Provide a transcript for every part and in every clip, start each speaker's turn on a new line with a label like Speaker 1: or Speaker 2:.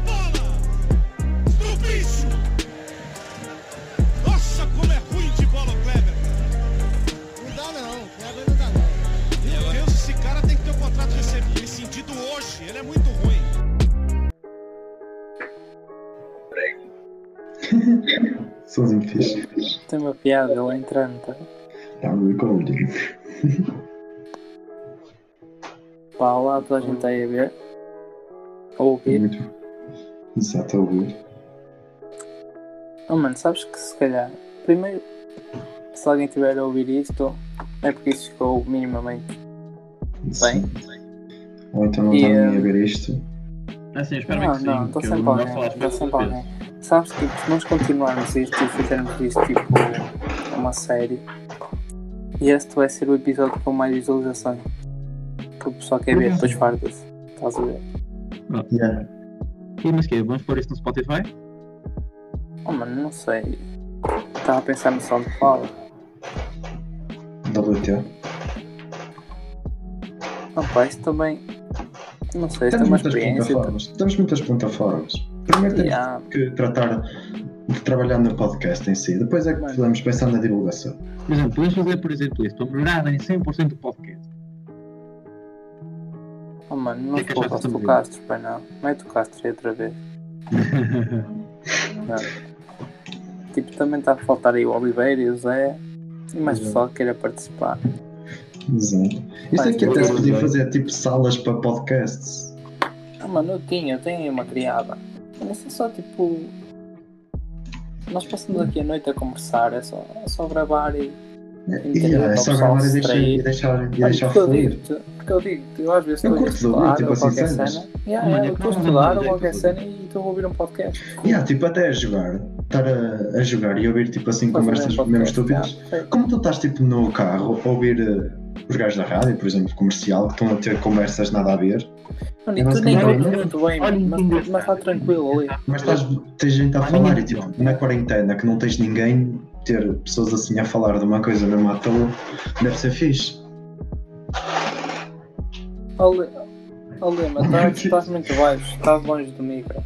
Speaker 1: é um Ele é muito ruim.
Speaker 2: Sozinho fixe.
Speaker 3: Tem uma piada, ele entrando, tá?
Speaker 2: Tá no recording.
Speaker 3: Pá, lá toda a gente aí a ver. A
Speaker 4: Uhum.
Speaker 3: ouvir.
Speaker 2: Muito. tá Exato, a ouvir.
Speaker 3: Oh mano, sabes que se calhar. Primeiro, se alguém tiver a ouvir isto, é porque isso ficou minimamente bem.
Speaker 2: Sim. Ou então não
Speaker 3: E,
Speaker 2: está
Speaker 3: eh,
Speaker 2: ninguém a ver isto.
Speaker 4: Assim, eu espero bem
Speaker 3: Não,
Speaker 4: que sim.
Speaker 3: não, estou
Speaker 4: que eu
Speaker 3: sempre
Speaker 4: não
Speaker 3: alguém,
Speaker 4: falo às
Speaker 3: estou
Speaker 4: pessoas
Speaker 3: sempre
Speaker 4: às vezes.
Speaker 3: alguém. Sabes que tipo, se nós continuarmos isto e fizermos isto tipo uma série, e este vai ser o episódio com mais visualizações. Porque o pessoal quer
Speaker 4: Uhum.
Speaker 3: ver, depois farda-se. Estás a ver?
Speaker 2: Yeah.
Speaker 4: E, mas que é Vamos pôr isso no Spotify?
Speaker 3: Oh mano, não sei. Estava a pensar no SoundCloud. é
Speaker 2: WT.
Speaker 3: Não, pá, isso também. Não sei, isso é
Speaker 2: Temos
Speaker 3: uma
Speaker 2: muitas
Speaker 3: experiência. Ah,
Speaker 2: plataformas. Temos muitas plataformas. Primeiro temos
Speaker 3: Yeah.
Speaker 2: que tratar de trabalhar no podcast em si. Depois é que
Speaker 3: Mano.
Speaker 2: podemos pensar na divulgação.
Speaker 4: Por exemplo, podemos fazer, por exemplo, isso. Para melhorar em 100% o podcast.
Speaker 3: Oh mano,
Speaker 4: O que
Speaker 3: não
Speaker 4: é que
Speaker 3: vou
Speaker 4: achaste
Speaker 3: o
Speaker 4: sobre
Speaker 3: Castro, pai não. Mete o Castro aí outra vez. Não. Tipo, também está a faltar aí o Oliveira e o Zé. E mais
Speaker 2: Exato.
Speaker 3: pessoal que queira participar.
Speaker 2: Exato. Isto é
Speaker 3: Vai,
Speaker 2: aqui até
Speaker 3: vou
Speaker 2: se podia
Speaker 4: usar.
Speaker 2: fazer tipo salas para podcasts.
Speaker 3: Ah, mano, eu tinha, eu tenho aí uma criada. Mas isso é só tipo. Nós passamos aqui a noite a conversar, é só, é só gravar e.
Speaker 2: E
Speaker 3: um
Speaker 2: yeah, é só gravar e deixar, e deixar, e
Speaker 3: Mano,
Speaker 2: deixar
Speaker 3: porque eu
Speaker 2: fluir.
Speaker 3: digo-te, porque eu digo-te, eu às vezes
Speaker 2: Eu
Speaker 3: estou a
Speaker 2: curto de ouvir,
Speaker 3: estudar
Speaker 2: tipo
Speaker 3: ou
Speaker 2: assim,
Speaker 3: qualquer
Speaker 2: cenas.
Speaker 3: cena. Yeah, yeah,
Speaker 4: Mano, é
Speaker 3: eu
Speaker 4: que
Speaker 3: estou a
Speaker 4: nós não
Speaker 3: estudar ou
Speaker 4: damos
Speaker 3: qualquer
Speaker 4: jeito,
Speaker 3: cena e estou a ouvir um podcast.
Speaker 2: Yeah, tipo, até a jogar. Estar a, a jogar e ouvir tipo assim
Speaker 3: Fazer um
Speaker 2: conversas
Speaker 3: podcast,
Speaker 2: mesmo estúpidas.
Speaker 3: yeah, sei.
Speaker 2: Como tu estás tipo no carro a ouvir eh, os gajos da rádio, por exemplo, comercial, que estão a ter conversas nada a ver,
Speaker 3: Mano, e
Speaker 2: Eu
Speaker 3: tu
Speaker 2: não
Speaker 3: nem
Speaker 2: sei
Speaker 3: ouves
Speaker 4: como é.
Speaker 3: muito bem,
Speaker 4: Olha,
Speaker 3: mas- mas
Speaker 4: engraçado.
Speaker 3: mas está tranquilo ali.
Speaker 2: mas estás, tens gente a
Speaker 4: Mas
Speaker 2: falar
Speaker 4: ninguém-
Speaker 2: e tipo, na quarentena que não tens ninguém, ter pessoas assim a falar de uma coisa mesmo à toa, deve ser fixe.
Speaker 3: Olha, olha, mas estás- estás muito baixo, estás longe do micro.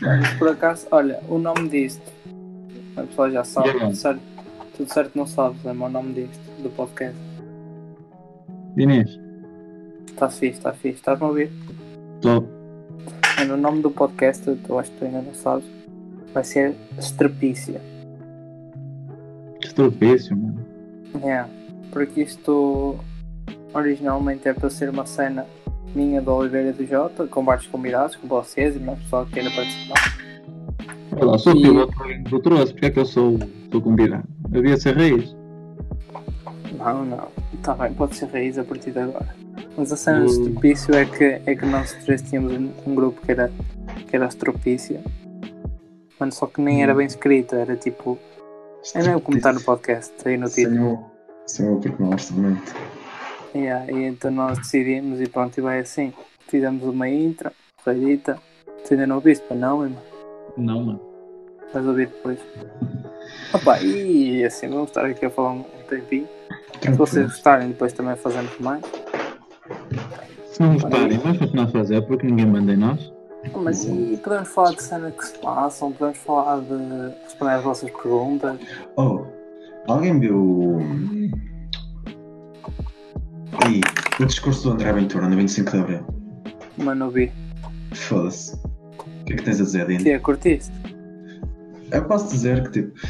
Speaker 3: Mas por acaso, olha, o nome disto, a pessoa já sabe,
Speaker 4: Yeah.
Speaker 3: tudo certo, tudo certo não sabes, é o nome disto, do podcast.
Speaker 4: Inês,
Speaker 3: Está Tá fixe, está fixe, estás-me a ouvir?
Speaker 4: estou.
Speaker 3: Mano, o nome do podcast, eu- eu acho que tu ainda não sabes, vai ser Estrepícia.
Speaker 4: Estrofício, mano.
Speaker 3: É, porque isto originalmente é para ser uma cena minha do Oliveira e do Jota, com vários convidados, com vocês e mais pessoal que queira participar.
Speaker 4: Olha lá, sou o
Speaker 3: E-
Speaker 4: piloto que eu trouxe. Porque é que eu sou, sou convidado? Eu devia ser raiz.
Speaker 3: Não, não, está Tá bem, pode ser raiz a partir de agora. Mas a cena do
Speaker 4: Hum.
Speaker 3: estropício é que, é que nós três tínhamos um, um grupo que era, que era estropício, mas só que nem era bem escrito, era tipo. É mesmo como está no tipo. podcast, é aí no título.
Speaker 2: Tipo, Sem o, sem o porque não, absolutamente.
Speaker 3: Yeah, e então nós decidimos e pronto, e vai assim. Fizemos uma intro, corredita. Tu ainda não ouviste, pá, não, irmão?
Speaker 4: Não, mano.
Speaker 3: Vais ouvir depois. Opa, e assim, vamos estar aqui a falar um tempinho. Se vocês
Speaker 2: Tranquilo.
Speaker 3: gostarem, depois também fazemos mais.
Speaker 4: Se não gostarem, vamos continuar a fazer porque ninguém manda em nós.
Speaker 3: Mas e podemos falar de cena que se passam, podemos falar de responder às vossas perguntas.
Speaker 2: Oh, alguém viu. Aí, o discurso do André Ventura no 25 de Abril.
Speaker 3: Mano, ouvi.
Speaker 2: Foda-se. O que é que tens a dizer, Dino?
Speaker 3: Tia, curtiste?
Speaker 2: Eu posso dizer que, tipo,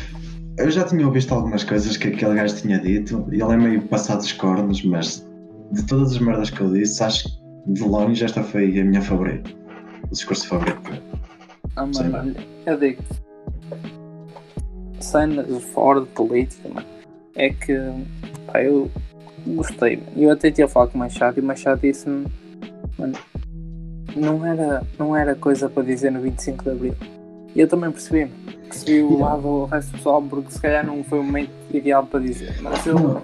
Speaker 2: eu já tinha ouvido algumas coisas que aquele gajo tinha dito, e ele é meio passado os cornos, mas de todas as merdas que eu disse, acho que de longe esta foi a minha favorita. O discurso favorito.
Speaker 3: Ah,
Speaker 2: Sim.
Speaker 3: mano, olha, eu digo cena de fora de política, mano, é que pá, eu gostei. mano. Eu até tinha falado com o Machado e o Machado disse-me, mano, não era, não era coisa para dizer no 25 de Abril. E eu também percebi, mano. percebi o
Speaker 2: Yeah.
Speaker 3: lado do resto do pessoal, porque se calhar não foi o momento ideal para dizer. Mas eu,
Speaker 2: Não,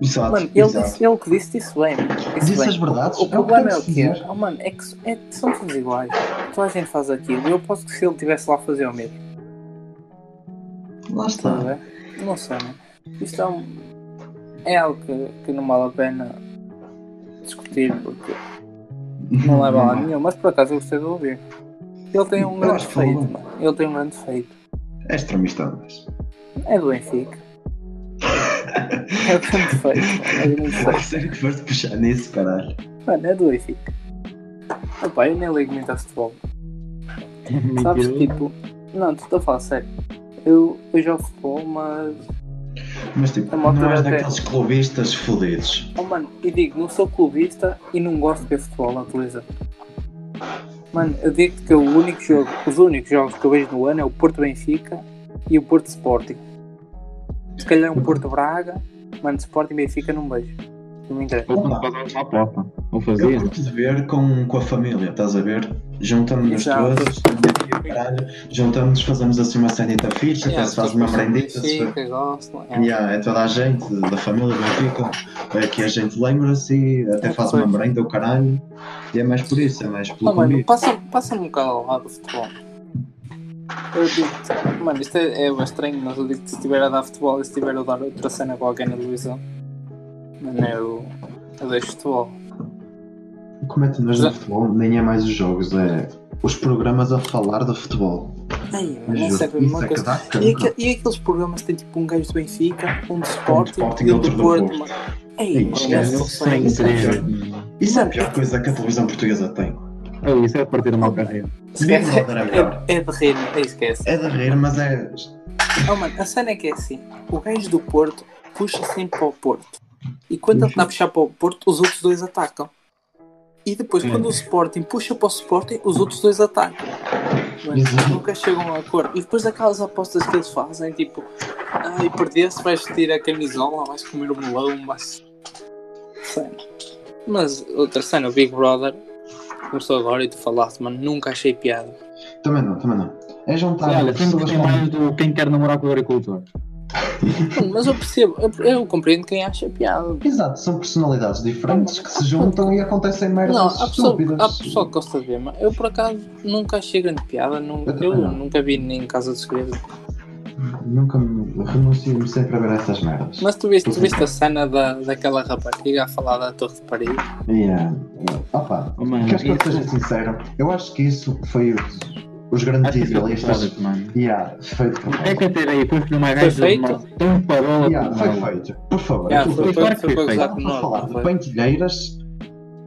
Speaker 2: Exato,
Speaker 3: mano, ele,
Speaker 2: exato.
Speaker 3: disse, ele que disse, disse bem. mano, Disse
Speaker 2: Disse
Speaker 3: bem.
Speaker 2: as verdades,
Speaker 3: O
Speaker 2: é o que
Speaker 3: problema é
Speaker 2: tem
Speaker 3: o
Speaker 2: que se
Speaker 3: que é?
Speaker 2: dizer.
Speaker 3: Oh, mano, é que, é que são todos iguais. Toda a gente faz aquilo. Eu posso que se ele estivesse lá fazer o mesmo.
Speaker 2: Lá
Speaker 3: Tá.
Speaker 2: está.
Speaker 3: Não sei, mano. Isto é, um- é algo que, que não vale a pena discutir porque não é leva a lado nenhum. Mas por acaso eu gostei de ouvir. Ele tem um
Speaker 2: Hum, Eu
Speaker 3: grande
Speaker 2: acho que é falou
Speaker 3: feito,
Speaker 2: bem.
Speaker 3: mano. Ele tem um grande feito.
Speaker 2: É extremista, mas.
Speaker 3: É do Benfica. É grande feio, mano. É grande feio.
Speaker 2: Sério que foste puxar nisso, caralho.
Speaker 3: Mano, é dorífico. Opa, eu nem ligo muito a futebol. Sabes, tipo... Não, tu estou a falar sério. Eu, eu jogo futebol, mas...
Speaker 2: Mas tipo,
Speaker 3: A moto
Speaker 2: não és
Speaker 3: era É até-
Speaker 2: daqueles clubistas fodidos.
Speaker 3: Oh, mano, e digo, não sou clubista e não gosto de ver futebol, atualiza. Mano, eu digo que o único jogo, os únicos jogos que eu vejo no ano é o Porto Benfica e o Porto Sporting. Se calhar um Porto Braga, mano, Sporting e Benfica não vejo. Não me interessa.
Speaker 4: Ou quando passavas lá a porta. Ou
Speaker 2: Eu
Speaker 4: fazia.
Speaker 2: curto de ver com, com a família, estás a ver? Juntamos-nos
Speaker 3: Exato.
Speaker 2: todos, minha tia, caralho, juntamos-nos, fazemos assim uma cenita fixa, até se faz uma prendita. se-
Speaker 3: Benfica, gosto.
Speaker 2: Yeah, é toda a gente da família Benfica, é que a gente lembra-se e
Speaker 3: É,
Speaker 2: até faz uma merenda, o caralho. E é mais por isso, é mais pelo
Speaker 3: Oh, mano,
Speaker 2: convívio.
Speaker 3: passa- passa-me um bocado ao lado do futebol. Eu digo, mano, isto é, é bem estranho, mas eu digo que se estiver a dar futebol e se estiver a dar outra cena qualquer na televisão, mano, eu, eu deixo futebol.
Speaker 2: Como é que nós no futebol nem é mais os jogos, é os programas a falar de futebol.
Speaker 3: Ai, mano, não
Speaker 2: Juro,
Speaker 3: sei bem
Speaker 2: isso
Speaker 3: uma
Speaker 2: é que
Speaker 3: coisa.
Speaker 2: dá
Speaker 3: E,
Speaker 2: cancro.
Speaker 3: aqua- e aqueles programas que tem tipo um gajo do Benfica, um do
Speaker 2: do
Speaker 3: Sporting,
Speaker 2: Sporting
Speaker 3: e
Speaker 2: e
Speaker 3: um do
Speaker 2: outro do
Speaker 3: Porto,
Speaker 2: Porto.
Speaker 3: mano.
Speaker 2: Ei,
Speaker 3: Ei, mano,
Speaker 2: esquece,
Speaker 3: é
Speaker 2: eu
Speaker 3: sofrer.
Speaker 2: sei.
Speaker 4: Isso
Speaker 2: Isso é a pior coisa que a televisão portuguesa tem.
Speaker 4: é a partir de uma carreira.
Speaker 2: Big Brother é melhor.
Speaker 3: É, é de rir, é esquece.
Speaker 2: É de rir, mas é.
Speaker 3: Oh, mano, a cena é que é assim: o gajo do Porto puxa sempre para o Porto. E quando ele está a puxar para o Porto, os outros dois atacam. E depois,
Speaker 4: Hum.
Speaker 3: quando o Sporting puxa para o Sporting, os outros dois atacam. Mano,
Speaker 2: Exato.
Speaker 3: nunca chegam a acordo. E depois daquelas apostas que eles fazem, tipo, ai, perdeste, vais tirar a camisola, vais comer o melão, vais. Cena. Mas outra cena, o Big Brother começou agora e tu falaste, mano, nunca achei piada.
Speaker 2: Também não, também não. É juntar
Speaker 4: Olha, sempre
Speaker 2: pessoas
Speaker 4: tem
Speaker 2: com-
Speaker 4: mais do quem quer namorar com o agricultor.
Speaker 3: Mano, Hum, Mas eu percebo, eu, eu compreendo quem acha piada.
Speaker 2: Exato, são personalidades diferentes que se juntam e acontecem merdas
Speaker 3: Não, há pessoa,
Speaker 2: estúpidas.
Speaker 3: há pessoa que gosta de ver, mas eu por acaso nunca achei grande piada, nu-
Speaker 2: Eu também
Speaker 3: eu
Speaker 2: não.
Speaker 3: nunca vi nem em Casa dos Segredos.
Speaker 2: Nunca me renuncio sempre a ver essas merdas.
Speaker 3: Mas tu viste, tu viste a cena da, daquela rapariga a falar da Torre de Paris?
Speaker 2: Yeah. eh, Opa,
Speaker 4: Oh, mano,
Speaker 2: queres que eu
Speaker 4: isso-
Speaker 2: seja sincero? Eu acho que isso foi os, os grandes
Speaker 4: Acho que isso é
Speaker 2: idealistas.
Speaker 4: verdade, mano.
Speaker 2: Yeah, foi de
Speaker 4: É
Speaker 2: propósito.
Speaker 4: que até aí foi filmar gajo
Speaker 3: Foi feito?
Speaker 4: uma né? tão parola.
Speaker 2: Yeah,
Speaker 4: como
Speaker 2: foi
Speaker 4: ela.
Speaker 2: feito. Por favor,
Speaker 3: Yeah,
Speaker 2: aquilo
Speaker 3: Ah, foi,
Speaker 2: foi
Speaker 4: claro
Speaker 3: foi,
Speaker 4: que
Speaker 3: foi para
Speaker 4: foi feito.
Speaker 3: gozar
Speaker 2: Estávamos
Speaker 3: com
Speaker 2: a
Speaker 3: nós,
Speaker 2: falar
Speaker 3: não
Speaker 2: de
Speaker 3: foi?
Speaker 2: Panquilheiras,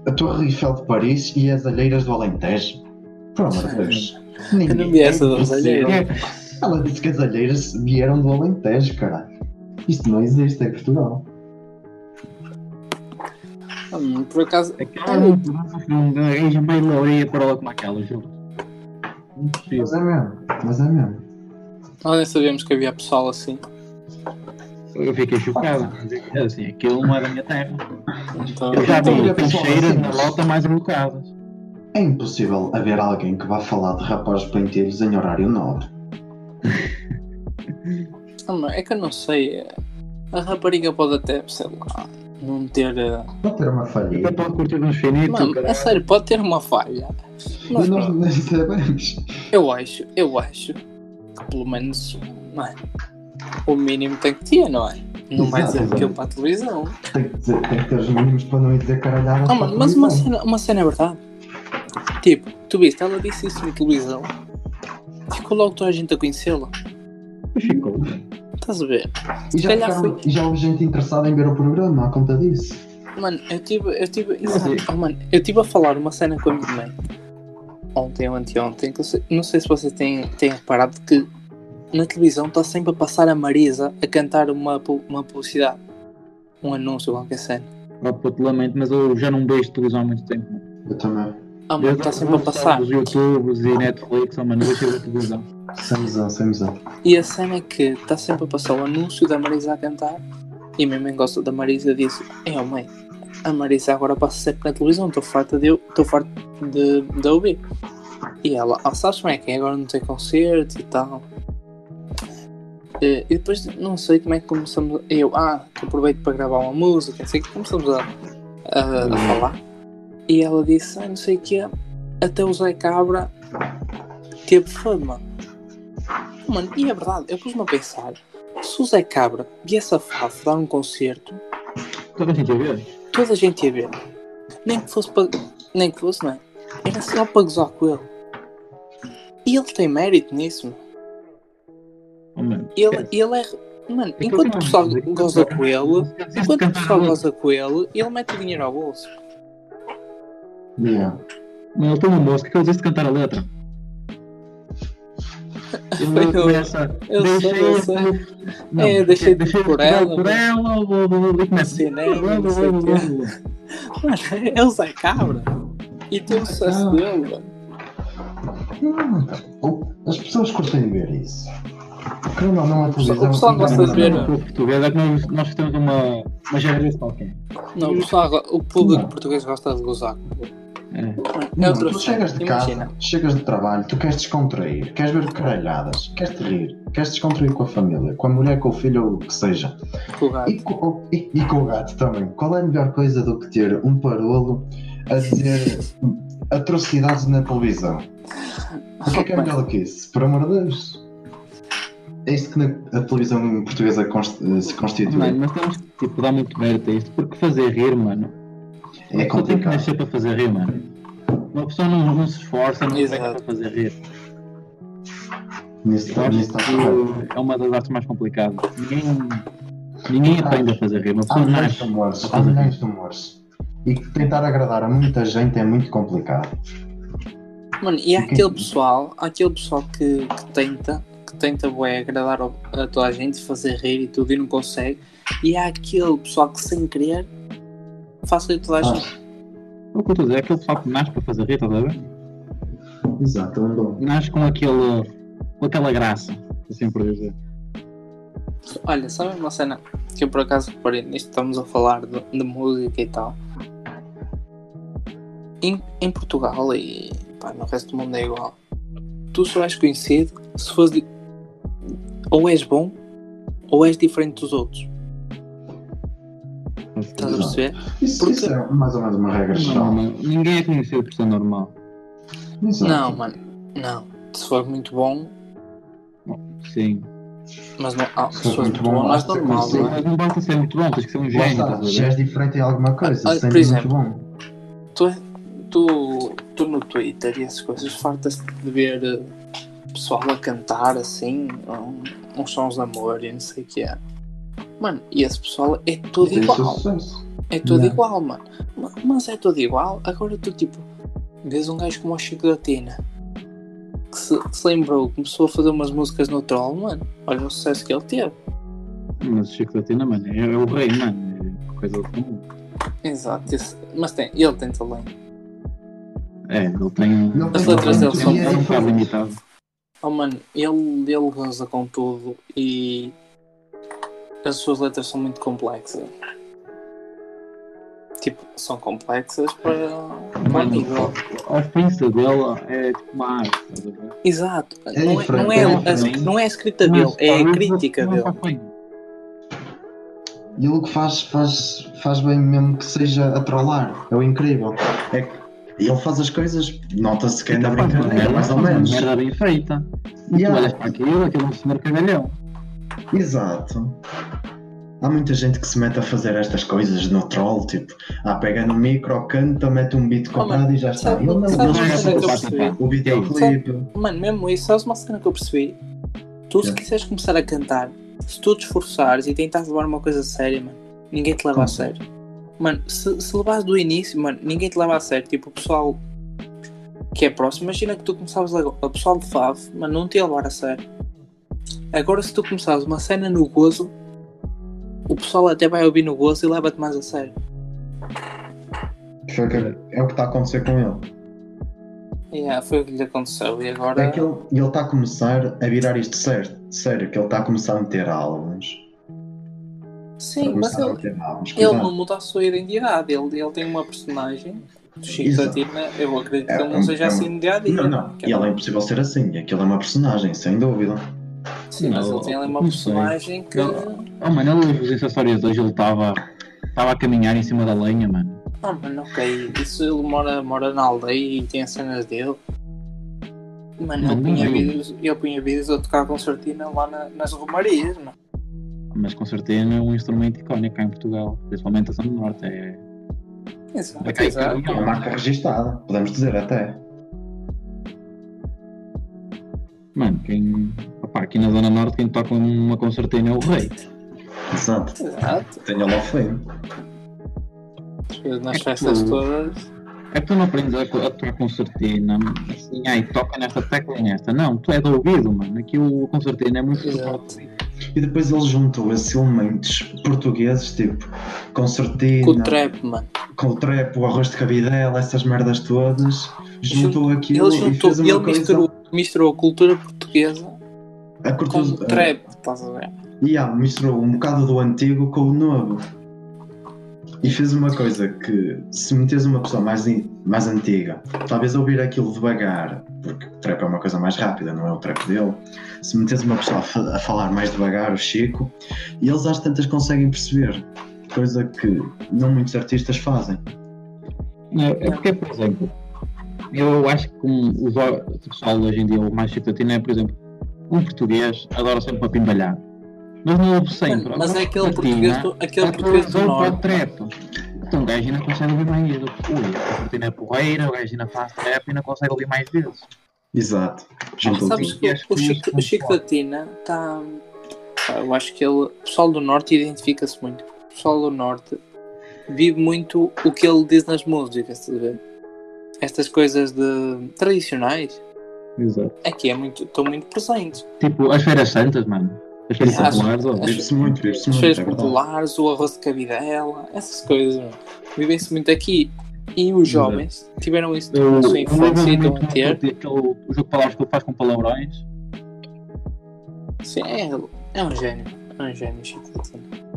Speaker 2: a Torre Eiffel de Paris e as Alheiras do Alentejo. Por amor de Deus.
Speaker 3: Eu não
Speaker 2: Ninguém-
Speaker 3: vi essa das
Speaker 2: é
Speaker 3: alheiras.
Speaker 2: impossível. Ela disse que as alheiras vieram do Alentejo, caralho. Isto não existe, é Portugal.
Speaker 3: Hum, Por acaso,
Speaker 4: Aquela mudança foi uma gaja meio lourinha parola como aquela, juro.
Speaker 2: Mas é mesmo, mas é mesmo.
Speaker 3: nós nem sabíamos que havia pessoal assim.
Speaker 4: Eu fiquei chocado. Assim, aquilo não é da minha terra.
Speaker 3: Então,
Speaker 4: Eu já
Speaker 2: Então,
Speaker 4: vi
Speaker 2: olha, pessoal,
Speaker 4: peixeiras
Speaker 2: assim,
Speaker 4: na lota mais um alocadas.
Speaker 2: É impossível haver alguém que vá falar de rapazes pentelhos em horário nobre.
Speaker 3: ah, mano, é que eu não sei. é- A rapariga pode até, sei lá, não ter. eh,
Speaker 2: Vou ter uma
Speaker 4: E
Speaker 2: falhinha.
Speaker 4: para pôr curtir uns finitos.
Speaker 3: Mano, a
Speaker 4: caralho.
Speaker 3: sério, pode ter uma falha.
Speaker 2: E
Speaker 3: Mas,
Speaker 2: nós
Speaker 3: pronto,
Speaker 2: nem sabemos.
Speaker 3: eu acho, eu acho que pelo menos, mano, o mínimo tem que ter, não é? Não vai dizer
Speaker 2: Exato.
Speaker 3: aquilo para a televisão.
Speaker 2: Tem que, dizer, tem que ter os mínimos para não ir dizer caralhada.
Speaker 3: Ah, mano, mas uma cena, uma cena é verdade. Tipo, tu viste, ela disse isso na televisão. Ficou logo toda a gente a conhecê-la.
Speaker 4: Ficou.
Speaker 3: Estás a ver?
Speaker 2: E já,
Speaker 3: calhar
Speaker 2: ficaram,
Speaker 3: foi-
Speaker 2: e já houve gente interessada em ver o programa à conta disso.
Speaker 3: Mano, eu tive, eu tive,
Speaker 4: sei.
Speaker 3: exato, oh, mano, eu tive a falar uma cena com a minha mãe. Ontem ou anteontem, que eu sei- não sei se vocês têm, têm reparado que na televisão está sempre a passar a Marisa a cantar uma, pu- uma publicidade. Um anúncio, qualquer cena.
Speaker 4: Ah, puto, lamento, mas eu já não vejo televisão há muito tempo.
Speaker 2: Eu também.
Speaker 3: Ah, mano, está sempre a passar.
Speaker 4: Os YouTubes e Netflix, oh, mano, eu vejo a televisão.
Speaker 2: Sem visão, sem visão.
Speaker 3: E a cena é que está sempre a passar o anúncio da Marisa a cantar e a minha mãe gosta da Marisa e disse É oh mãe, a Marisa agora passa sempre na televisão, estou farta de eu- estou farto de, de a ouvir. E ela, ah, sabes como é que é? Agora não tem concerto e tal. Eh, E depois não sei como é que começamos. Eu, ah, que aproveito para gravar uma música, assim que começamos a, a- a falar. E ela disse, ah, não sei o que até o Zé Cabra é teve fama. Mano, e é verdade, eu pus-me a pensar: se o Zé Cabra viesse a Faf dar um concerto,
Speaker 4: Toda a gente a ver.
Speaker 3: toda a gente ia ver. Nem que fosse para. Nem que fosse, não é? Era só para gozar com ele. E ele tem mérito nisso, mano.
Speaker 4: Oh, mano.
Speaker 3: Ele, ele é. Mano, enquanto o pessoal goza com ele, enquanto o pessoal goza com ele, ele mete o dinheiro ao bolso.
Speaker 2: Yeah.
Speaker 4: Mas ele tem um moço que eu disse de cantar a letra.
Speaker 3: Foi
Speaker 4: Ele
Speaker 3: eu.
Speaker 4: começa.
Speaker 3: Eu sei,
Speaker 4: deixei
Speaker 3: eu sei.
Speaker 4: Não,
Speaker 3: É, deixei de
Speaker 4: deixei
Speaker 3: por
Speaker 4: por ela.
Speaker 3: ela,
Speaker 4: Por ela, blá, blá, blá, blá, e começa.
Speaker 3: Cinema, Assim,
Speaker 4: blá, blá,
Speaker 3: né? não sei
Speaker 4: blá,
Speaker 3: o
Speaker 4: blá,
Speaker 3: quê.
Speaker 4: blá.
Speaker 3: Mano, é o Zé Cabra. E tem o sucesso dele, mano.
Speaker 2: Hum, As pessoas curtem de ver isso. Querendo ou não, é a televisão.
Speaker 3: O pessoal gosta de ver,
Speaker 4: Não, não, O português é que nós, nós temos uma, uma geração qualquer.
Speaker 3: Não, o, pessoal, go- o público
Speaker 2: Não.
Speaker 3: português gosta de gozar com ele.
Speaker 4: É.
Speaker 3: Mano, É
Speaker 2: Não,
Speaker 3: outro
Speaker 2: tu chegas de casa,
Speaker 3: imagina.
Speaker 2: chegas de trabalho, tu queres descontrair, queres ver caralhadas, queres te rir, queres descontrair com a família, com a mulher, com o filho ou o que seja.
Speaker 3: Com o gato.
Speaker 2: E com, e- e com o gato também. Qual é a melhor coisa do que ter um parolo a dizer atrocidades na televisão? O que é que é melhor do que isso? Por amor de Deus. É isso que na- a televisão portuguesa const- se
Speaker 4: Mano,
Speaker 2: constitui.
Speaker 4: nós temos que tipo, dar muito mérito a isto, porque fazer rir, mano.
Speaker 2: É
Speaker 4: só tem que
Speaker 2: complicado.
Speaker 4: nascer para fazer rir, mano. Uma pessoa não, não se esforça, não consegue
Speaker 3: Exato.
Speaker 4: para fazer rir.
Speaker 2: Nisso
Speaker 4: Eu
Speaker 2: está
Speaker 4: acho
Speaker 2: nisso está correto.
Speaker 4: que é uma das artes mais complicadas. Ninguém,
Speaker 2: Ah,
Speaker 4: ninguém aprende a fazer rir, uma
Speaker 2: Há
Speaker 4: pessoa
Speaker 2: milhões de
Speaker 4: nasce.
Speaker 2: humores, há milhões de humores. E tentar agradar a muita gente é muito complicado.
Speaker 3: Mano, e há
Speaker 2: Uhum.
Speaker 3: aquele pessoal, há aquele pessoal que, que tenta, que tenta bué, agradar ao- a toda a gente, fazer rir e tudo e não consegue. E há aquele pessoal que sem querer faz rir toda a
Speaker 2: Ah,
Speaker 3: gente.
Speaker 4: O que eu estou a dizer é aquele pessoal que nasce para fazer rir, estás a ver?
Speaker 2: exato, é um dom.
Speaker 4: Nasce com aquele. com aquela graça, assim por dizer.
Speaker 3: Olha, sabe uma cena que eu por acaso reparei nisto? Estamos a falar de, de música e tal. Em, em Portugal e pá, no resto do mundo é igual. Tu só és conhecido se fores. di- Ou és bom ou és diferente dos outros. Estás a
Speaker 2: Exato.
Speaker 3: perceber?
Speaker 2: Isso,
Speaker 3: Porque-
Speaker 2: isso é mais ou menos uma regra
Speaker 4: Não,
Speaker 2: geral.
Speaker 4: mano, ninguém é conhecido por ser normal.
Speaker 2: Exato.
Speaker 3: Não, tipo, mano. Não. Se for muito bom,
Speaker 4: Sim.
Speaker 3: mas não. Ah, se
Speaker 2: Se for
Speaker 3: for muito
Speaker 2: muito bom,
Speaker 3: bom, mas
Speaker 2: basta ser
Speaker 3: normal.
Speaker 2: conhecido.
Speaker 3: não é?
Speaker 4: Mas não basta ser muito bom, tens que ser um
Speaker 2: Lá
Speaker 4: gênio,
Speaker 2: está,
Speaker 4: estás a
Speaker 2: já
Speaker 4: ver?
Speaker 2: és diferente em alguma coisa,
Speaker 3: Ah, ah,
Speaker 2: se
Speaker 3: por
Speaker 2: tens muito
Speaker 3: exemplo.
Speaker 2: bom.
Speaker 3: Tu, é, tu, tu no Twitter e essas coisas fartas de ver eh, pessoal a cantar assim, um- uns sons de amor e não sei o que é. Mano, e esse pessoal é tudo
Speaker 2: Tens
Speaker 3: igual.
Speaker 2: sucesso.
Speaker 3: É tudo
Speaker 2: Não.
Speaker 3: igual, mano. Ma- Mas é tudo igual. Agora tu, tipo, vês um gajo como o Chico da Tina que se, que se lembrou, começou a fazer umas músicas no Troll, mano. Olha o sucesso que ele teve.
Speaker 4: Mas o Chico da Tina, mano, é, é o rei, mano. É coisa do comum.
Speaker 3: Exato, esse- mas tem, ele tem talento.
Speaker 4: É, ele tem.
Speaker 2: Não,
Speaker 3: As letras
Speaker 4: ele
Speaker 3: dele são
Speaker 4: é um bocado
Speaker 2: diferentes.
Speaker 4: limitado.
Speaker 3: Oh mano, ele, ele goza com tudo e as suas letras são muito complexas. Tipo, são complexas para para o
Speaker 4: Mano,
Speaker 3: nível.
Speaker 4: a ofensa dela é tipo uma arte, estás a ver?
Speaker 3: Exato.
Speaker 2: É
Speaker 3: não, é,
Speaker 2: diferente,
Speaker 3: não,
Speaker 2: é
Speaker 3: é, a-
Speaker 4: diferente.
Speaker 3: não é a escrita dele,
Speaker 4: Mas,
Speaker 3: é a
Speaker 4: talvez,
Speaker 3: crítica
Speaker 4: não é
Speaker 3: dele.
Speaker 4: só feio.
Speaker 2: E ele que faz, faz, faz bem mesmo que seja a trollar. É o incrível. É que ele faz as coisas, nota-se que é na
Speaker 4: Então, faz uma
Speaker 2: brincadeira,
Speaker 4: merda,
Speaker 2: mais ou
Speaker 4: faz uma
Speaker 2: menos.
Speaker 4: Merda bem feita. Tu olhas
Speaker 2: Yeah,
Speaker 4: para aquilo, aquilo é um senhor cagalhão.
Speaker 2: exato. Há muita gente que se mete a fazer estas coisas no troll, tipo, ah, pega no micro, canta, mete um beat
Speaker 3: Oh, mano,
Speaker 2: comprado e já está.
Speaker 3: sabe-
Speaker 2: Ele não,
Speaker 3: sabe
Speaker 2: ele
Speaker 4: uma
Speaker 2: já
Speaker 4: coisa que eu
Speaker 2: faz
Speaker 4: percebi?
Speaker 2: o videoclipe.
Speaker 3: Mano, mesmo isso, sabes uma cena que eu percebi? Tu se
Speaker 2: É.
Speaker 3: quiseres começar a cantar, se tu te esforçares e tentares levar uma coisa a sério, mano, ninguém te leva a
Speaker 2: Como?
Speaker 3: sério. Mano, se, se levares do início, mano, ninguém te leva a sério. Tipo, o pessoal que é próximo, imagina que tu começavas agora, o pessoal de Fav, mano, não te ia levar a sério. Agora se tu começares uma cena no gozo, o pessoal até vai ouvir no gozo e leva-te mais a sério.
Speaker 2: Foi o que- é o que está a acontecer com ele.
Speaker 3: Yeah, foi o que lhe aconteceu e agora...
Speaker 2: É que ele ele está a começar a virar isto sério, sério, que ele está a começar a meter álbuns. Está
Speaker 3: Sim,
Speaker 2: a
Speaker 3: mas
Speaker 2: começar a
Speaker 3: ele,
Speaker 2: meter álbuns.
Speaker 3: Ele
Speaker 2: cuidado.
Speaker 3: não muda a sua identidade, ele, ele tem uma personagem do Chico
Speaker 2: Exato.
Speaker 3: Satina, eu acredito que
Speaker 2: É,
Speaker 3: ele
Speaker 2: é
Speaker 3: não seja
Speaker 2: um-
Speaker 3: assim no dia a dia.
Speaker 2: Não, não.
Speaker 3: Que
Speaker 2: E ela é impossível ser assim. Aquilo é uma personagem, sem dúvida.
Speaker 3: um- Sim, mas
Speaker 4: Não,
Speaker 3: ele tem ali uma
Speaker 4: não sei.
Speaker 3: personagem que.
Speaker 4: Não. Oh, mano, ele os acessórios hoje, ele estava. Estava a caminhar em cima da lenha, mano.
Speaker 3: Ah, mano, ok. Isso ele mora, mora na aldeia e tem as cenas dele. Mano, ele
Speaker 4: Não, não
Speaker 3: punha
Speaker 4: é.
Speaker 3: vídeos, ele punha vídeos a tocar concertina lá na- nas romarias, mano.
Speaker 4: Mas com certeza é um instrumento icónico cá em Portugal. Principalmente a São Norte. É, é
Speaker 3: Exato,
Speaker 4: cá em
Speaker 3: exato.
Speaker 2: É uma
Speaker 4: Portugal.
Speaker 2: marca registada, podemos dizer até.
Speaker 4: Mano, quem. Opa, aqui na Zona Norte quem toca uma concertina é o rei.
Speaker 2: Exato.
Speaker 3: Exato.
Speaker 2: Tenho lá o fame.
Speaker 3: Depois
Speaker 2: É
Speaker 3: Nas festas todas.
Speaker 4: É que tu não aprendes a, a tocar concertina, assim, ai, toca nesta tecla e nesta. Não, tu é de ouvido, mano. Aqui o concertina é muito
Speaker 3: Exato.
Speaker 2: E depois ele juntou esses elementos portugueses, tipo concertina,
Speaker 3: Com o trap, mano.
Speaker 2: com o trap, o arroz de cabidela, essas merdas todas. Juntou aquilo
Speaker 3: Ele
Speaker 2: e
Speaker 3: juntou,
Speaker 2: fez uma
Speaker 3: ele
Speaker 2: coisa. é.
Speaker 3: misturou, misturou a cultura portuguesa
Speaker 2: a
Speaker 3: com
Speaker 2: cultura-
Speaker 3: o trap, estás a ver?
Speaker 2: Yeah, misturou um bocado do antigo com o novo. E fez uma coisa que, se meteres uma pessoa mais, in- mais antiga, talvez ouvir aquilo devagar, porque o trap é uma coisa mais rápida, não é o trap dele. Se meteres uma pessoa a, fa- a falar mais devagar, o Chico, e eles às tantas conseguem perceber, coisa que não muitos artistas fazem.
Speaker 4: Não, é porque, por exemplo, eu acho que como os, o pessoal hoje em dia, o mais chiclatino é, por exemplo, um português adora sempre para pimbalhar. Mas não ouve sempre.
Speaker 3: Mano, mas
Speaker 4: Agora,
Speaker 3: é aquele
Speaker 4: concertina,
Speaker 3: português do, aquele
Speaker 4: Tá
Speaker 3: português do
Speaker 4: tudo para o
Speaker 3: norte.
Speaker 4: trap. Então o gajo ainda consegue ouvir mais vezes. Ui, a cortina é porreira, o gajo ainda faz trap e ainda consegue ouvir mais vezes.
Speaker 2: Exato.
Speaker 4: Juntou
Speaker 3: Sabes
Speaker 4: tudo.
Speaker 3: que
Speaker 4: Acho que
Speaker 3: o Chico,
Speaker 4: isso
Speaker 3: o Chico
Speaker 4: concordo.
Speaker 3: da Tina está. Eu acho que ele. O pessoal do Norte identifica-se muito. O pessoal do Norte vive muito o que ele diz nas músicas, estás a ver? Estas coisas de tradicionais
Speaker 4: Exato.
Speaker 3: aqui é muito, estão muito presentes.
Speaker 4: Tipo, as feiras santas, mano. As feiras
Speaker 3: Acho-
Speaker 4: populares, ou
Speaker 2: Vive-se muito, vive-se
Speaker 3: As
Speaker 2: muito.
Speaker 3: feiras
Speaker 2: é verdade.
Speaker 3: populares, o arroz de cabidela, essas coisas. mano. Vivem-se muito aqui. E os
Speaker 2: Exato.
Speaker 3: jovens tiveram isso
Speaker 4: Eu-
Speaker 3: na
Speaker 4: eu
Speaker 3: sua infância e
Speaker 4: lembro-me
Speaker 3: estão
Speaker 4: muito
Speaker 3: a ter.
Speaker 4: daquele- aquele- O jogo de palavras que ele faz com palavrões.
Speaker 3: Sim, é, é um gênio. É um gênio, Chico da Tina.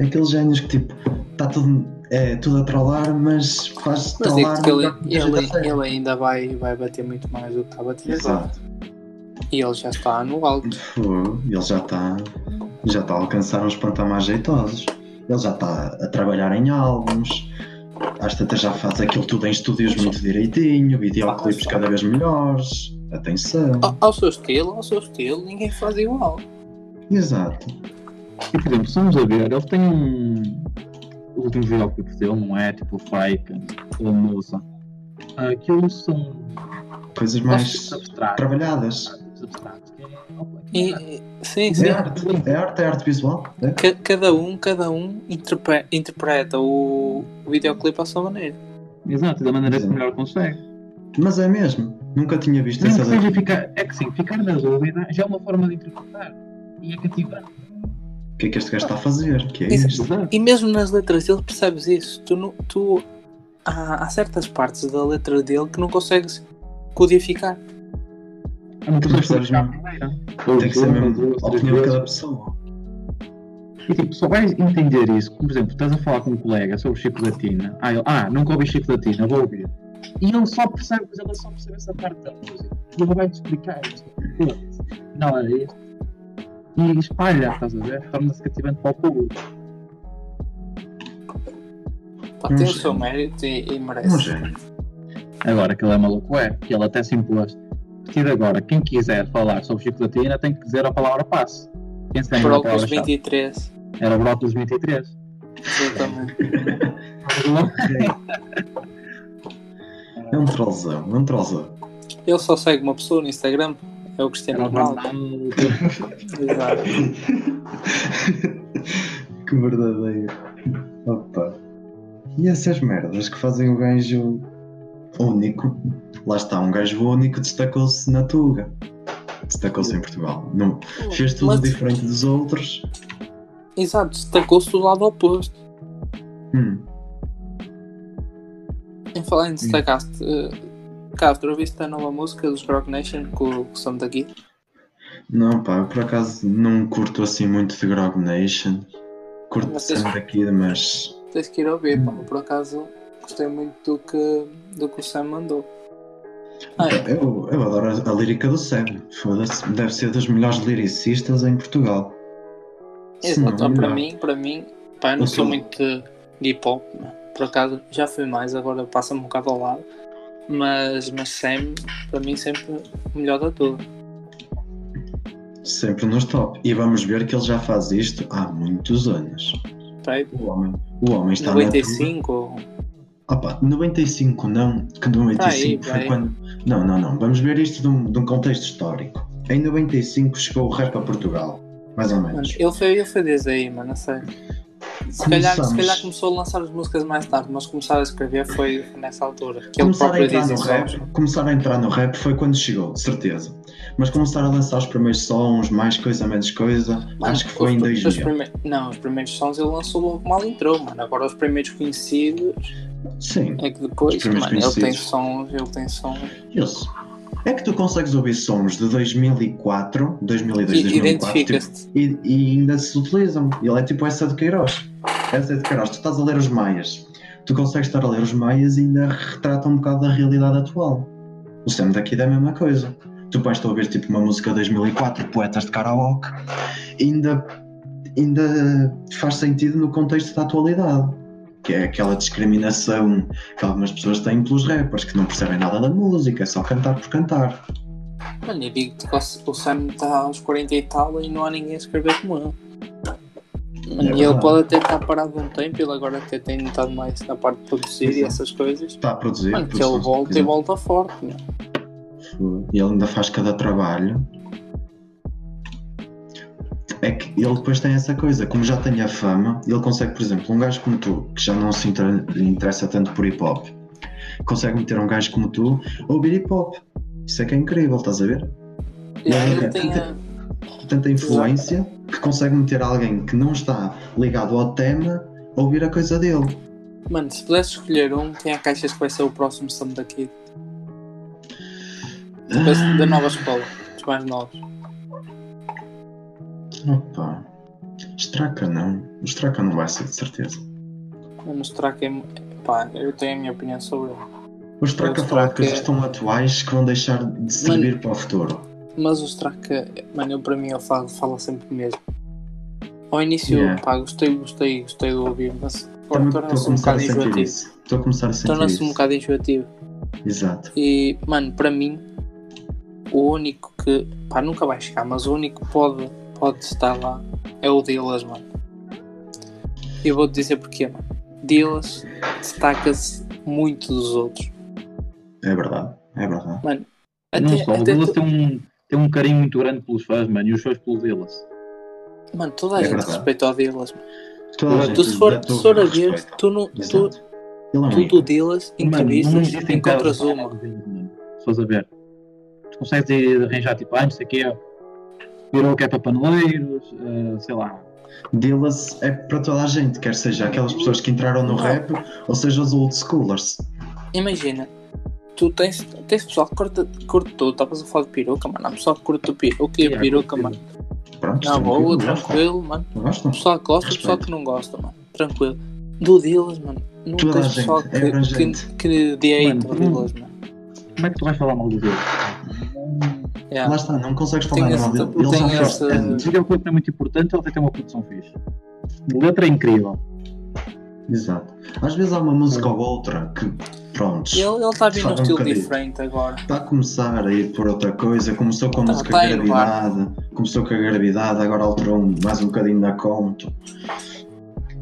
Speaker 2: Aqueles génios que tipo, está tudo, é, tudo a trollar, mas faz
Speaker 3: Mas
Speaker 2: trollar.
Speaker 3: digo que ele, é
Speaker 2: mas dá-
Speaker 3: ele,
Speaker 2: dá-
Speaker 3: ele ainda vai, vai bater muito mais do que está a bater agora.
Speaker 2: Exato. Hum.
Speaker 3: E ele já está no alto.
Speaker 2: Fogo, ele já está já tá a alcançar uns patamares jeitosos. Ele já está a trabalhar em álbuns. Às tantas já faz aquilo tudo em estúdios muito direitinho, videoclipes cada vez melhores. Atenção.
Speaker 3: Ao, ao seu estilo, ao seu estilo, ninguém faz igual.
Speaker 2: Exato.
Speaker 4: E, por exemplo, se vamos a ver, ele tem um. O último videoclipe dele, não é? Tipo, Fake, ou Moça. Aquilo são.
Speaker 2: Coisas mais
Speaker 4: aspectos abstratos.
Speaker 2: trabalhadas.
Speaker 4: abstratos, que é-
Speaker 3: E, e- sim,
Speaker 2: É
Speaker 3: sim.
Speaker 2: arte. É arte, é arte visual. É.
Speaker 3: Ca- Cada um, cada um interpre- interpreta o o videoclipe à sua maneira.
Speaker 4: Exato, da maneira que
Speaker 2: Sim.
Speaker 4: melhor consegue.
Speaker 2: Mas é mesmo. Nunca tinha visto
Speaker 4: Não,
Speaker 2: essa
Speaker 4: que seja
Speaker 2: daqui.
Speaker 4: ficar, é que sim, ficar na dúvida já é uma forma de interpretar. E é cativante.
Speaker 2: O que é que este gajo está a fazer? O que é
Speaker 3: Isso.
Speaker 2: isto?
Speaker 4: Exato.
Speaker 3: E mesmo nas letras dele percebes isso. Tu, não- tu há, há certas partes da letra dele que não consegues codificar.
Speaker 4: É uma pessoa que
Speaker 2: percebes
Speaker 4: está à
Speaker 2: mesmo.
Speaker 4: primeira.
Speaker 2: Tem que ser
Speaker 4: Duas,
Speaker 2: mesmo
Speaker 4: duas,
Speaker 2: a
Speaker 4: três
Speaker 2: opinião de
Speaker 4: vezes.
Speaker 2: cada pessoa.
Speaker 4: E tipo, só vais entender isso. Como, por exemplo, estás a falar com um colega sobre chicolatina. Ah, ele, ah nunca ouvi chicolatina, vou ouvir. E ele só percebe, mas ele só percebe essa parte da música. E ele vai-te explicar isto. Não, é isto. E espalha, estás a ver? Torna-se cativante para o público.
Speaker 2: Um
Speaker 3: Pá, tem o
Speaker 2: gênio.
Speaker 3: seu mérito e, e merece.
Speaker 2: Um género.
Speaker 4: Agora que ele é maluco é, que ele até se impôs. A partir de agora, quem quiser falar sobre chicolatina tem que dizer a palavra passe. Quem se lembra da
Speaker 3: Próculos
Speaker 4: palavra
Speaker 3: 23.
Speaker 4: Era Brócolis 23.
Speaker 3: Exatamente.
Speaker 2: É um trollzão, é um trollzão.
Speaker 3: Ele só segue uma pessoa no Instagram, é o Cristiano
Speaker 4: Era o
Speaker 3: Ronaldo.
Speaker 4: Ronaldo.
Speaker 3: Exato.
Speaker 2: que verdadeiro. Opa. E essas merdas que fazem o gajo único. Lá está, um gajo único destacou-se na Tuga. Destacou-se em Portugal. Não, fez tudo
Speaker 3: Mas-
Speaker 2: diferente dos outros.
Speaker 3: Exato, destacou-se do lado oposto.
Speaker 2: Hum,
Speaker 3: Em falar em destacaste, eh, Castro, ouviste a nova música dos Rock Nation com que são daqui?
Speaker 2: Não, pá, eu por acaso não curto assim muito de Grog Nation. Curto
Speaker 3: Mas
Speaker 2: sempre daqui, mas.
Speaker 3: Tens que ir ouvir, pá.
Speaker 2: Hum.
Speaker 3: Por acaso gostei muito do que, do que o Sam mandou. Ah, é.
Speaker 2: Eu, eu adoro a, a lírica do Seb. Foda-se. Deve ser dos melhores liricistas em Portugal. Se não,
Speaker 3: exato, ah, para
Speaker 2: melhor.
Speaker 3: mim, para mim, pá, eu não
Speaker 2: O
Speaker 3: sou
Speaker 2: quê?
Speaker 3: muito de de hip hop, né? por acaso já fui mais, agora passa-me um bocado ao lado. Mas, mas Sam, para mim, sempre o melhor da tudo.
Speaker 2: Sempre nos top. E vamos ver que ele já faz isto há muitos anos.
Speaker 3: Pá, é
Speaker 2: O homem, o homem está na
Speaker 3: 95 ou
Speaker 2: tua. Opa, 95 não, que 95
Speaker 3: Tá aí, tá
Speaker 2: foi
Speaker 3: aí.
Speaker 2: quando. Não, não, não. Vamos ver isto de um, de um contexto histórico. em 95 chegou o rap a Portugal, mais ou
Speaker 3: Mano,
Speaker 2: menos.
Speaker 3: ele foi, ele foi desde aí, mano, a sério. Se calhar, se
Speaker 2: Começamos.
Speaker 3: calhar começou a lançar as músicas mais tarde, mas começar a escrever foi nessa altura. Que ele
Speaker 2: Começar a,
Speaker 3: próprio né?
Speaker 2: entrar
Speaker 3: diz
Speaker 2: no
Speaker 3: em
Speaker 2: rap,
Speaker 3: sons.
Speaker 2: começar a entrar no rap foi quando chegou, de certeza. Mas começar a lançar os primeiros sons, mais coisa, menos coisa,
Speaker 3: Mano,
Speaker 2: acho que foi em
Speaker 3: os- os
Speaker 2: 2000.
Speaker 3: prime- Não, os primeiros sons ele lançou logo mal entrou, mano. Agora os primeiros conhecidos
Speaker 2: Sim,
Speaker 3: é que
Speaker 2: Os
Speaker 3: depois,
Speaker 2: primeiros
Speaker 3: mano, ele tem
Speaker 2: conhecidos.
Speaker 3: sons, ele tem sons.
Speaker 2: isso. É que tu consegues ouvir sons de 2004, 2002,
Speaker 3: E
Speaker 2: 2004, tipo,
Speaker 3: identifica-se.
Speaker 2: e, e ainda se utilizam. Ele é tipo essa de Queiroz. Essa é de Queiroz. Tu estás a ler os maias. Tu consegues estar a ler os maias e ainda retrata um bocado da realidade atual. O Sam daqui é a mesma coisa. Tu vais-te ouvir tipo uma música de 2004, poetas de karaoke, e ainda, ainda faz sentido no contexto da atualidade. Que é aquela discriminação que algumas pessoas têm pelos rappers, que não percebem nada da música, é só cantar por cantar.
Speaker 3: Mano, eu digo-te que o- o Sam está aos 40 e tal e não há ninguém a escrever como ele. Mano, e ele
Speaker 2: É verdade.
Speaker 3: pode até estar parado um tempo, ele agora até tem estado mais na parte de produzir e
Speaker 2: Exato.
Speaker 3: essas coisas.
Speaker 2: Está a produzir.
Speaker 3: Mano, um que
Speaker 2: produção
Speaker 3: ele
Speaker 2: de
Speaker 3: volta e
Speaker 2: coisa.
Speaker 3: volta forte, meu.
Speaker 2: E ele ainda faz cada trabalho. É que ele depois tem essa coisa, como já tem a fama, ele consegue, por exemplo, um gajo como tu, que já não se inter- interessa tanto por hip hop, consegue meter um gajo como tu a ouvir hip hop. Isso é que é incrível, estás a ver?
Speaker 3: E aí
Speaker 2: ok.
Speaker 3: ele tem a...
Speaker 2: Tanta influência que consegue meter alguém que não está ligado ao tema a ouvir a coisa dele.
Speaker 3: Mano, se pudesse escolher um, quem é que achas que vai ser o próximo Sam da Kid? Depois
Speaker 2: Ah,
Speaker 3: da nova escola, dos mais novos.
Speaker 2: Opa. Estraca não. O Estraca não vai ser, de certeza.
Speaker 3: Vamos mostrar quem. Pá, eu tenho a minha opinião sobre ele.
Speaker 2: O Strack a
Speaker 3: O
Speaker 2: falar de
Speaker 3: Strack
Speaker 2: coisas
Speaker 3: é-
Speaker 2: tão atuais que vão deixar de servir para o futuro.
Speaker 3: Mas o Straka, mano, eu, para mim ele fala, fala sempre o mesmo. Ao início,
Speaker 2: Yeah.
Speaker 3: pá, gostei, gostei, gostei de ouvir, mas
Speaker 2: Também
Speaker 3: agora
Speaker 2: estou a
Speaker 3: torna-se um
Speaker 2: começar a
Speaker 3: bocado
Speaker 2: sentir
Speaker 3: enjoativo.
Speaker 2: isso. Estou a começar a sentir
Speaker 3: Torna-se
Speaker 2: isso.
Speaker 3: um bocado enjoativo.
Speaker 2: Exato.
Speaker 3: E, mano, para mim, o único que. pá, nunca vai chegar, mas o único que pode, pode estar lá é o Dillas, mano. E eu vou-te dizer porquê, mano. Dillas destaca-se muito dos outros.
Speaker 2: É verdade. É verdade.
Speaker 4: não
Speaker 3: Até,
Speaker 4: só, o
Speaker 3: até
Speaker 4: Dillas
Speaker 3: tu-
Speaker 4: tem, um, tem um carinho muito grande pelos fãs, mano, e os fãs pelo Dillas.
Speaker 3: Mano, toda a
Speaker 2: É
Speaker 3: gente
Speaker 2: verdade.
Speaker 3: respeita o Dillas. mano.
Speaker 2: Toda a
Speaker 4: Mas
Speaker 3: Tu
Speaker 2: gente
Speaker 3: se for,
Speaker 2: dá todo
Speaker 3: se for a
Speaker 2: o
Speaker 3: ver,
Speaker 2: respeito.
Speaker 3: tu, não, tu,
Speaker 2: Exato. Ele é um
Speaker 3: tu do
Speaker 2: ídolo.
Speaker 3: Dillas,
Speaker 4: Mano, não
Speaker 3: entrevistas,
Speaker 4: existem
Speaker 3: encontras
Speaker 4: caras
Speaker 3: uma.
Speaker 4: maravilhosas, mano, Se fores a ver. Tu consegues ir arranjar, tipo, ah, não sei o quê, virou que é para paneleiros, eh, sei lá.
Speaker 2: Dillas é para toda a gente, quer seja aquelas pessoas que entraram no
Speaker 3: Uhum. Não.
Speaker 2: rap ou seja os old schoolers.
Speaker 3: Imagina, tu tens, tens pessoal que curte, curte tudo, estavas a falar de peruca, mano. Há pessoal que curte o peruca e a
Speaker 4: Yeah,
Speaker 3: peruca,
Speaker 4: curte
Speaker 3: mano.
Speaker 2: Pronto,
Speaker 3: Na
Speaker 2: tranquilo,
Speaker 3: boa,
Speaker 2: gostam.
Speaker 3: tranquilo, mano.
Speaker 2: Gostam.
Speaker 3: Pessoal que gosta, pessoal que não gosta, mano. Tranquilo. Do Dillas, mano. Não
Speaker 2: Toda a hum.
Speaker 3: tens
Speaker 2: gente,
Speaker 3: pessoal
Speaker 2: é abrangente.
Speaker 3: que, que, que dê aí
Speaker 4: Mano,
Speaker 3: do Dillas, mano.
Speaker 4: Como é que tu vais falar mal do Dillas?
Speaker 3: Yeah.
Speaker 2: Lá está, não consegues
Speaker 3: Tem
Speaker 2: falar
Speaker 3: esse-
Speaker 2: mal dele.
Speaker 3: tem
Speaker 2: Ele já
Speaker 3: esse-
Speaker 2: fez
Speaker 4: O
Speaker 2: tanto.
Speaker 4: videoclipe é muito importante, ele tem que ter uma produção fixe. A Letra é incrível.
Speaker 2: Exato. Às vezes há uma música
Speaker 3: Uhum.
Speaker 2: ou outra que, prontos,
Speaker 3: Ele está a vir
Speaker 2: Só
Speaker 3: num
Speaker 2: um
Speaker 3: estilo
Speaker 2: bocadinho.
Speaker 3: diferente agora.
Speaker 2: Está a começar a ir por outra coisa, começou com a
Speaker 3: Tá-
Speaker 2: música
Speaker 3: tá a inovar.
Speaker 2: gravidade, começou com a gravidade, agora alterou mais um bocadinho da conta.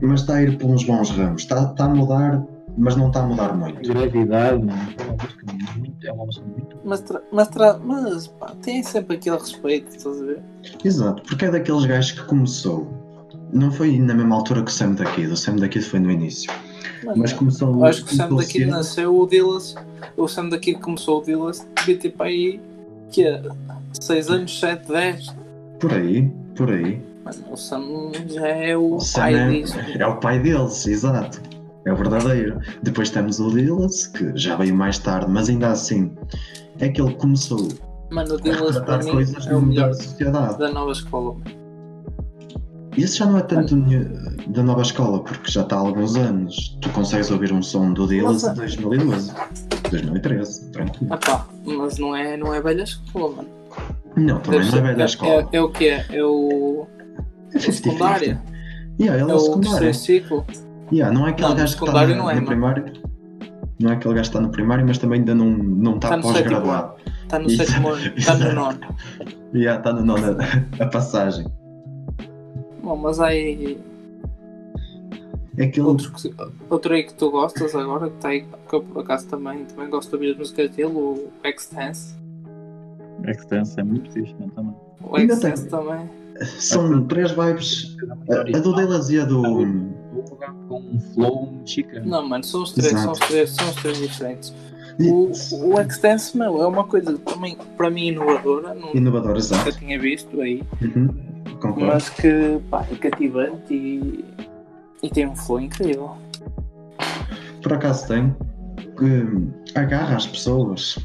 Speaker 2: Mas está a ir por uns bons ramos, está, está a mudar, mas não está a mudar muito.
Speaker 4: Gravidade, mano. É uma música muito, é uma música muito
Speaker 3: Mas, tra- mas, tra- mas pá, tem sempre aquele respeito, estás a ver?
Speaker 2: Exato, porque é daqueles gajos que começou. Não foi na mesma altura que o Sam daqui, o Sam daqui foi no início.
Speaker 3: Mano,
Speaker 2: Mas começou
Speaker 3: eu acho que o Sam
Speaker 2: começou
Speaker 3: daqui
Speaker 2: cedo.
Speaker 3: nasceu o Dillas. O Sam daqui que começou o Dillas devia ter para aí que 6 anos, 7, 10.
Speaker 2: Por aí, por aí.
Speaker 3: Mano, o Sam já é o
Speaker 2: O Sam
Speaker 3: pai
Speaker 2: é,
Speaker 3: disso.
Speaker 2: é o pai deles, exato. É o verdadeiro. Depois temos o Dillas, que já veio mais tarde, mas ainda assim é que ele começou
Speaker 3: Mano, o
Speaker 2: a
Speaker 3: Dillas para
Speaker 2: retratar
Speaker 3: mim
Speaker 2: coisas
Speaker 3: é o
Speaker 2: no melhor
Speaker 3: melhor
Speaker 2: da sociedade.
Speaker 3: da nova escola.
Speaker 2: Isso já não é tanto ne- da nova escola, porque já está há alguns anos. Tu consegues ouvir um som do Dillas de
Speaker 3: Nossa.
Speaker 2: 2012, 2013, tranquilo.
Speaker 3: Ah pá, mas não é, não é velha escola, mano.
Speaker 2: Não, também não é bem da escola.
Speaker 3: É, é o que é? É o.
Speaker 2: É 50-50.
Speaker 3: secundária?
Speaker 2: Yeah, ele
Speaker 3: É
Speaker 2: é o
Speaker 3: o
Speaker 2: secundário.
Speaker 3: terceiro ciclo.
Speaker 2: Yeah, não é aquele
Speaker 3: Não,
Speaker 2: gajo que está
Speaker 3: secundário
Speaker 2: no,
Speaker 3: não
Speaker 2: no
Speaker 3: é, mano.
Speaker 2: primário. Não é aquele gajo que está no primário, mas também ainda não, não está
Speaker 3: Tá no sétimo
Speaker 2: pós-graduado. tá
Speaker 3: Está Tá no
Speaker 2: Isso,
Speaker 3: sétimo ano, está no
Speaker 2: exato.
Speaker 3: nono.
Speaker 2: E já está na nona a passagem.
Speaker 3: Bom, mas há aí
Speaker 2: É que ele.
Speaker 3: outros que- outro aí que tá tu gostas agora, que está aí, que eu por acaso também, também gosto de ouvir as músicas dele, o Extense.
Speaker 4: Extense é muito fixe, mano, também.
Speaker 3: O
Speaker 2: Ainda
Speaker 3: Excesso
Speaker 2: tem.
Speaker 3: também.
Speaker 2: São três vibes.
Speaker 4: É,
Speaker 2: A, a do Delas e a do.
Speaker 4: Vou jogar com um flow mexicano.
Speaker 3: Não, mano, são os três, são os
Speaker 2: Exato.
Speaker 3: três, são os três diferentes.
Speaker 2: e-
Speaker 3: O, o Extense, meu, é uma coisa também, para mim, inovadora, não-
Speaker 2: Inovador, exato.
Speaker 3: nunca tinha visto aí,
Speaker 2: Uhum. Concordo.
Speaker 3: mas que, pá, é cativante e, e tem um flow incrível.
Speaker 2: Por acaso tem. Que agarra as pessoas.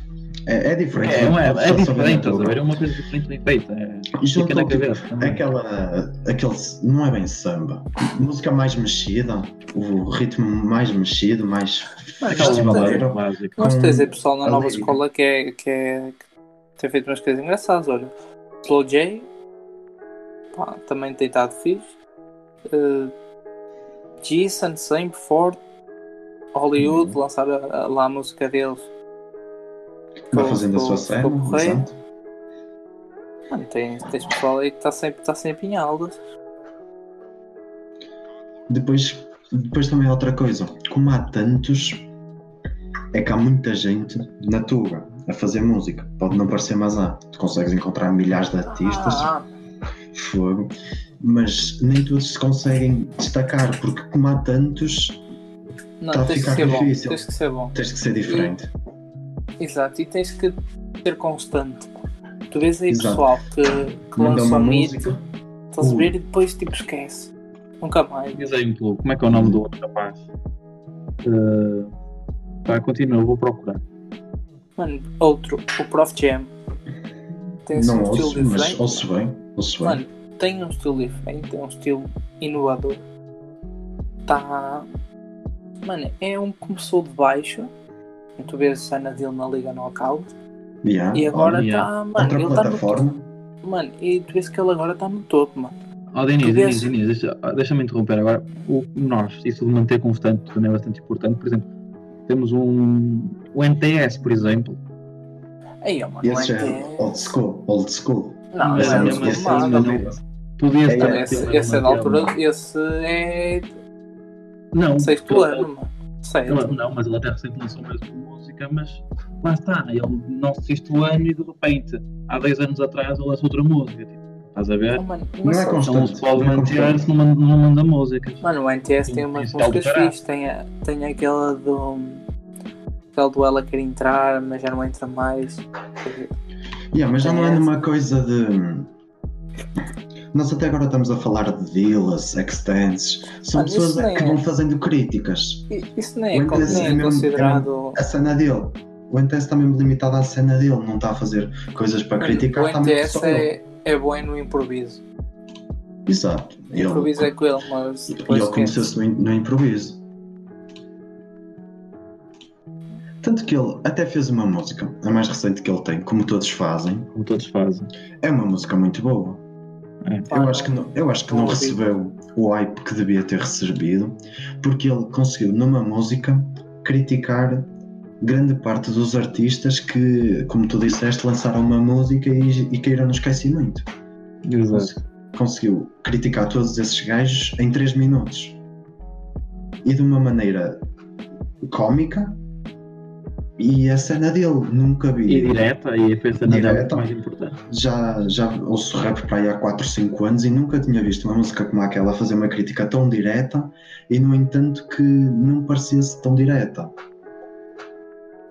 Speaker 2: É, é diferente.
Speaker 4: É, não é, é
Speaker 2: Só- só
Speaker 4: diferente, estás a
Speaker 2: aventura.
Speaker 4: ver? É uma coisa diferente bem feita. É,
Speaker 2: E
Speaker 4: fica
Speaker 2: juntam,
Speaker 4: na
Speaker 2: tipo,
Speaker 4: cabeça. também.
Speaker 2: aquela. aquele. não é bem samba. Música mais mexida, o ritmo mais mexido, mais.
Speaker 4: Aquela balada
Speaker 2: festivalero.
Speaker 4: básica.
Speaker 3: Mas
Speaker 2: Com
Speaker 3: tens aí pessoal na
Speaker 2: a
Speaker 3: nova
Speaker 2: lírica.
Speaker 3: escola que, é, que, é, que tem feito umas coisas engraçadas, olha. Slow J, pá, também tem estado fixe. Uh, Jason, sempre forte. Hollywood,
Speaker 2: Uhum.
Speaker 3: lançaram a- a- lá a música deles.
Speaker 2: Vai fazendo a sua
Speaker 3: Ficou-
Speaker 2: cena.
Speaker 3: ficou porreiro.
Speaker 2: exato.
Speaker 3: Mano, tem, tens pessoal aí que está sempre, tá sempre em altas.
Speaker 2: Depois, depois também há outra coisa. Como há tantos, é que há muita gente na tua a fazer música. Pode não parecer mais há. Tu consegues encontrar milhares de artistas,
Speaker 3: Ah,
Speaker 2: fogo, mas nem todos se conseguem destacar, porque como há tantos,
Speaker 3: não,
Speaker 2: tá a
Speaker 3: tens que
Speaker 2: ficar
Speaker 3: ser bom.
Speaker 2: difícil.
Speaker 3: Tens que ser bom.
Speaker 2: tens que ser diferente.
Speaker 3: Exato, e tens que ser constante. Tu vês aí
Speaker 2: Exato.
Speaker 3: pessoal que, que
Speaker 2: Manda
Speaker 3: lança
Speaker 2: uma
Speaker 3: um hit,
Speaker 2: música.
Speaker 3: estás a ver e depois tipo esquece. Nunca mais.
Speaker 4: Diz aí um pouco, como é que é o nome do outro rapaz? Eh, pá, continua, vou procurar.
Speaker 3: Mano, outro, o Prof Jam. Tem assim
Speaker 2: Não
Speaker 3: um estilo
Speaker 2: ouço, mas
Speaker 3: diferente.
Speaker 2: ouço bem. Ouço bem.
Speaker 3: Mano, tem um estilo diferente, é um estilo inovador. Tá. Mano, é um que começou de baixo. Tu vês a cena dele na Liga Knockout.
Speaker 2: Yeah,
Speaker 3: E agora
Speaker 4: olha,
Speaker 3: está, mano,
Speaker 2: outra
Speaker 3: ele está no topo.
Speaker 2: plataforma.
Speaker 3: Mano, e tu vês que ele agora está no topo, mano.
Speaker 4: Oh, Diniz,
Speaker 3: Tu vês-
Speaker 4: Diniz, Diniz, deixa- ah, deixa-me interromper agora. O nós, isso de manter constante também é bastante importante. Por exemplo, temos um, o NTS, por exemplo.
Speaker 3: Aí, ó, mano, não é
Speaker 2: Esse
Speaker 3: que
Speaker 2: já é
Speaker 3: é-
Speaker 2: old school, old school.
Speaker 3: Não,
Speaker 4: Mas
Speaker 3: não é
Speaker 4: é
Speaker 3: muito
Speaker 4: mesmo assim,
Speaker 3: formado.
Speaker 4: não- Podia
Speaker 2: É,
Speaker 4: estar.
Speaker 3: Esse, esse é da altura,
Speaker 4: né?
Speaker 3: esse é
Speaker 4: Não,
Speaker 3: sexto
Speaker 4: ele-
Speaker 3: ano, mano. Sexto.
Speaker 4: ele- não, mas ele até recente lançou mesmo música, mas lá está. né? Ele não assiste o ano e de repente, há 10 anos atrás, ele lançou outra música. Tipo, estás a ver?
Speaker 3: Oh, mano, mas
Speaker 2: Não é
Speaker 3: só-
Speaker 2: constante.
Speaker 4: Então se pode
Speaker 2: não é
Speaker 4: manter-se
Speaker 2: constante.
Speaker 4: numa, numa manda músicas.
Speaker 3: Mano, o NTS
Speaker 4: Sim,
Speaker 3: tem umas
Speaker 4: tem
Speaker 3: músicas
Speaker 4: Stalker.
Speaker 3: fixas, tem, a- tem aquela do. aquela do ela quer entrar, mas já não entra mais.
Speaker 2: Yeah, mas já não é
Speaker 3: Parece.
Speaker 2: numa coisa de. Nós até agora estamos a falar de dealers, extents. São
Speaker 3: Ah, isso
Speaker 2: pessoas
Speaker 3: não é.
Speaker 2: que vão fazendo críticas.
Speaker 3: I- Isso nem é,
Speaker 2: O
Speaker 3: con-
Speaker 2: NTS
Speaker 3: nem
Speaker 2: é
Speaker 3: é
Speaker 2: mesmo-
Speaker 3: considerado.
Speaker 2: A cena dele. O NTS está mesmo limitado à cena dele, não está a fazer coisas para criticar.
Speaker 3: o
Speaker 2: está mesmo
Speaker 3: NTS
Speaker 2: só ele.
Speaker 3: é, é bom no improviso.
Speaker 2: Exato. Ele,
Speaker 3: improviso é com ele, mas
Speaker 2: ele
Speaker 3: depois esquece.
Speaker 2: conheceu-se no, no improviso. Tanto que ele até fez uma música, a mais recente que ele tem, como todos fazem.
Speaker 4: Como todos fazem.
Speaker 2: É uma música muito boa.
Speaker 3: Ah,
Speaker 2: Eu acho que não, eu acho que não
Speaker 3: Não ouvi.
Speaker 2: recebeu o hype que devia ter recebido, porque ele conseguiu, numa música, criticar grande parte dos artistas que, como tu disseste, lançaram uma música e, e caíram no esquecimento.
Speaker 4: Exato.
Speaker 2: Conseguiu criticar todos esses gajos em 3 minutos. E de uma maneira cómica. E a cena dele, nunca vi.
Speaker 4: E direta, e a festa na dela
Speaker 2: Direta.
Speaker 4: mais importante.
Speaker 2: já, já ouço rap para aí há 4, 5 anos e nunca tinha visto uma música como aquela a fazer uma crítica tão direta e no entanto que não parecesse tão direta.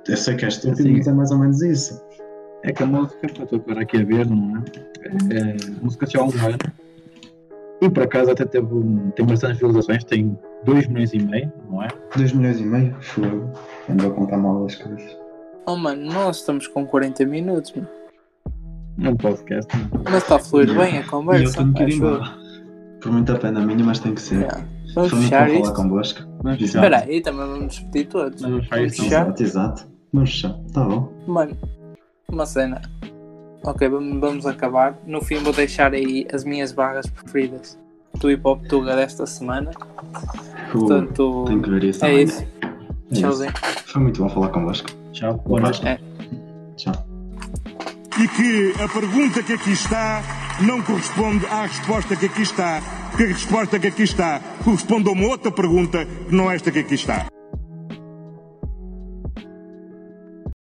Speaker 2: Eu sei que esta
Speaker 4: Sim.
Speaker 2: última é mais ou menos isso.
Speaker 4: É que a música que eu estou agora aqui a ver, não é? é a música chegou há um ano. E por acaso até teve, um- tem bastantes visualizações, tem 2 milhões e meio, não é?
Speaker 2: 2 milhões e meio? Fogo. Ando a contar mal as coisas.
Speaker 3: Oh, mano, nós estamos com 40 minutos, mano.
Speaker 4: É um podcast. não é?
Speaker 3: mas está a fluir
Speaker 2: Yeah.
Speaker 3: bem a
Speaker 2: E eu
Speaker 3: conversa.
Speaker 2: estou um bocadinho
Speaker 3: acho eu.
Speaker 2: mal. Por muita pena minha, mas tem que ser.
Speaker 3: Yeah. Vamos
Speaker 2: Foi muito
Speaker 3: fechar
Speaker 2: bom falar
Speaker 3: isto.
Speaker 2: convosco.
Speaker 4: Mas,
Speaker 2: Exato.
Speaker 3: Espera aí, também vamos discutir todos.
Speaker 4: Mas vamos fechar
Speaker 3: Vamos
Speaker 4: isto, não?
Speaker 3: fechar.
Speaker 2: Exato, exato. Vamos fechar. Tá bom.
Speaker 3: Mano, uma cena. Ok, vamos, vamos acabar. No fim vou deixar aí as minhas barras preferidas do Hip Hop Tuga desta semana.
Speaker 2: Fogo.
Speaker 3: Portanto,
Speaker 2: Tenho que ver isso.
Speaker 3: é
Speaker 2: amanhã.
Speaker 3: isso.
Speaker 2: É isso.
Speaker 3: Tchauzinho.
Speaker 2: Foi muito bom falar convosco.
Speaker 4: Tchau, boa noite.
Speaker 3: É.
Speaker 2: Tchau.
Speaker 1: e que a pergunta que aqui está não corresponde à resposta que aqui está, porque a resposta que aqui está corresponde a uma outra pergunta que não é esta que aqui está.